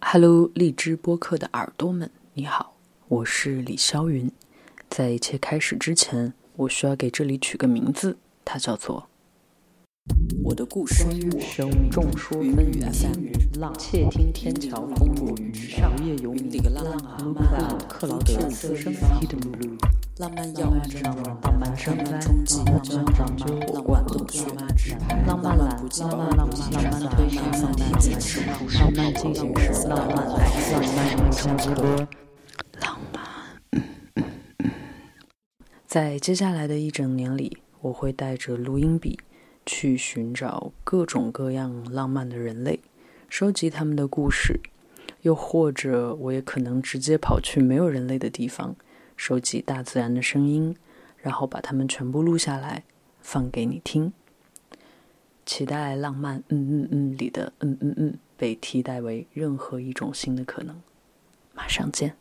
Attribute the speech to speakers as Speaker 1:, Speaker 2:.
Speaker 1: Hello，荔枝播客的耳朵们，你好，我是李霄云。在一切开始之前，我需要给这里取个名字，它叫做《我的故事》。生命众说纷纭，浪窃听天桥风落云上，无业游民浪蛤蟆，克劳德斯生 Hidden Blue，
Speaker 2: 浪漫药
Speaker 1: 浪漫上浪漫上浪漫冲击，浪漫上火罐冷血，浪漫蓝，浪漫浪漫浪漫推向浪漫进行时，浪漫进行时，浪漫爱，浪漫相直播，浪漫。在接下来的一整年里，我会带着录音笔去寻找各种各样浪漫的人类，收集他们的故事，又或者我也可能直接跑去没有人类的地方，收集大自然的声音，然后把它们全部录下来，放给你听。期待浪漫，嗯嗯嗯里的嗯嗯嗯被替代为任何一种新的可能。马上见。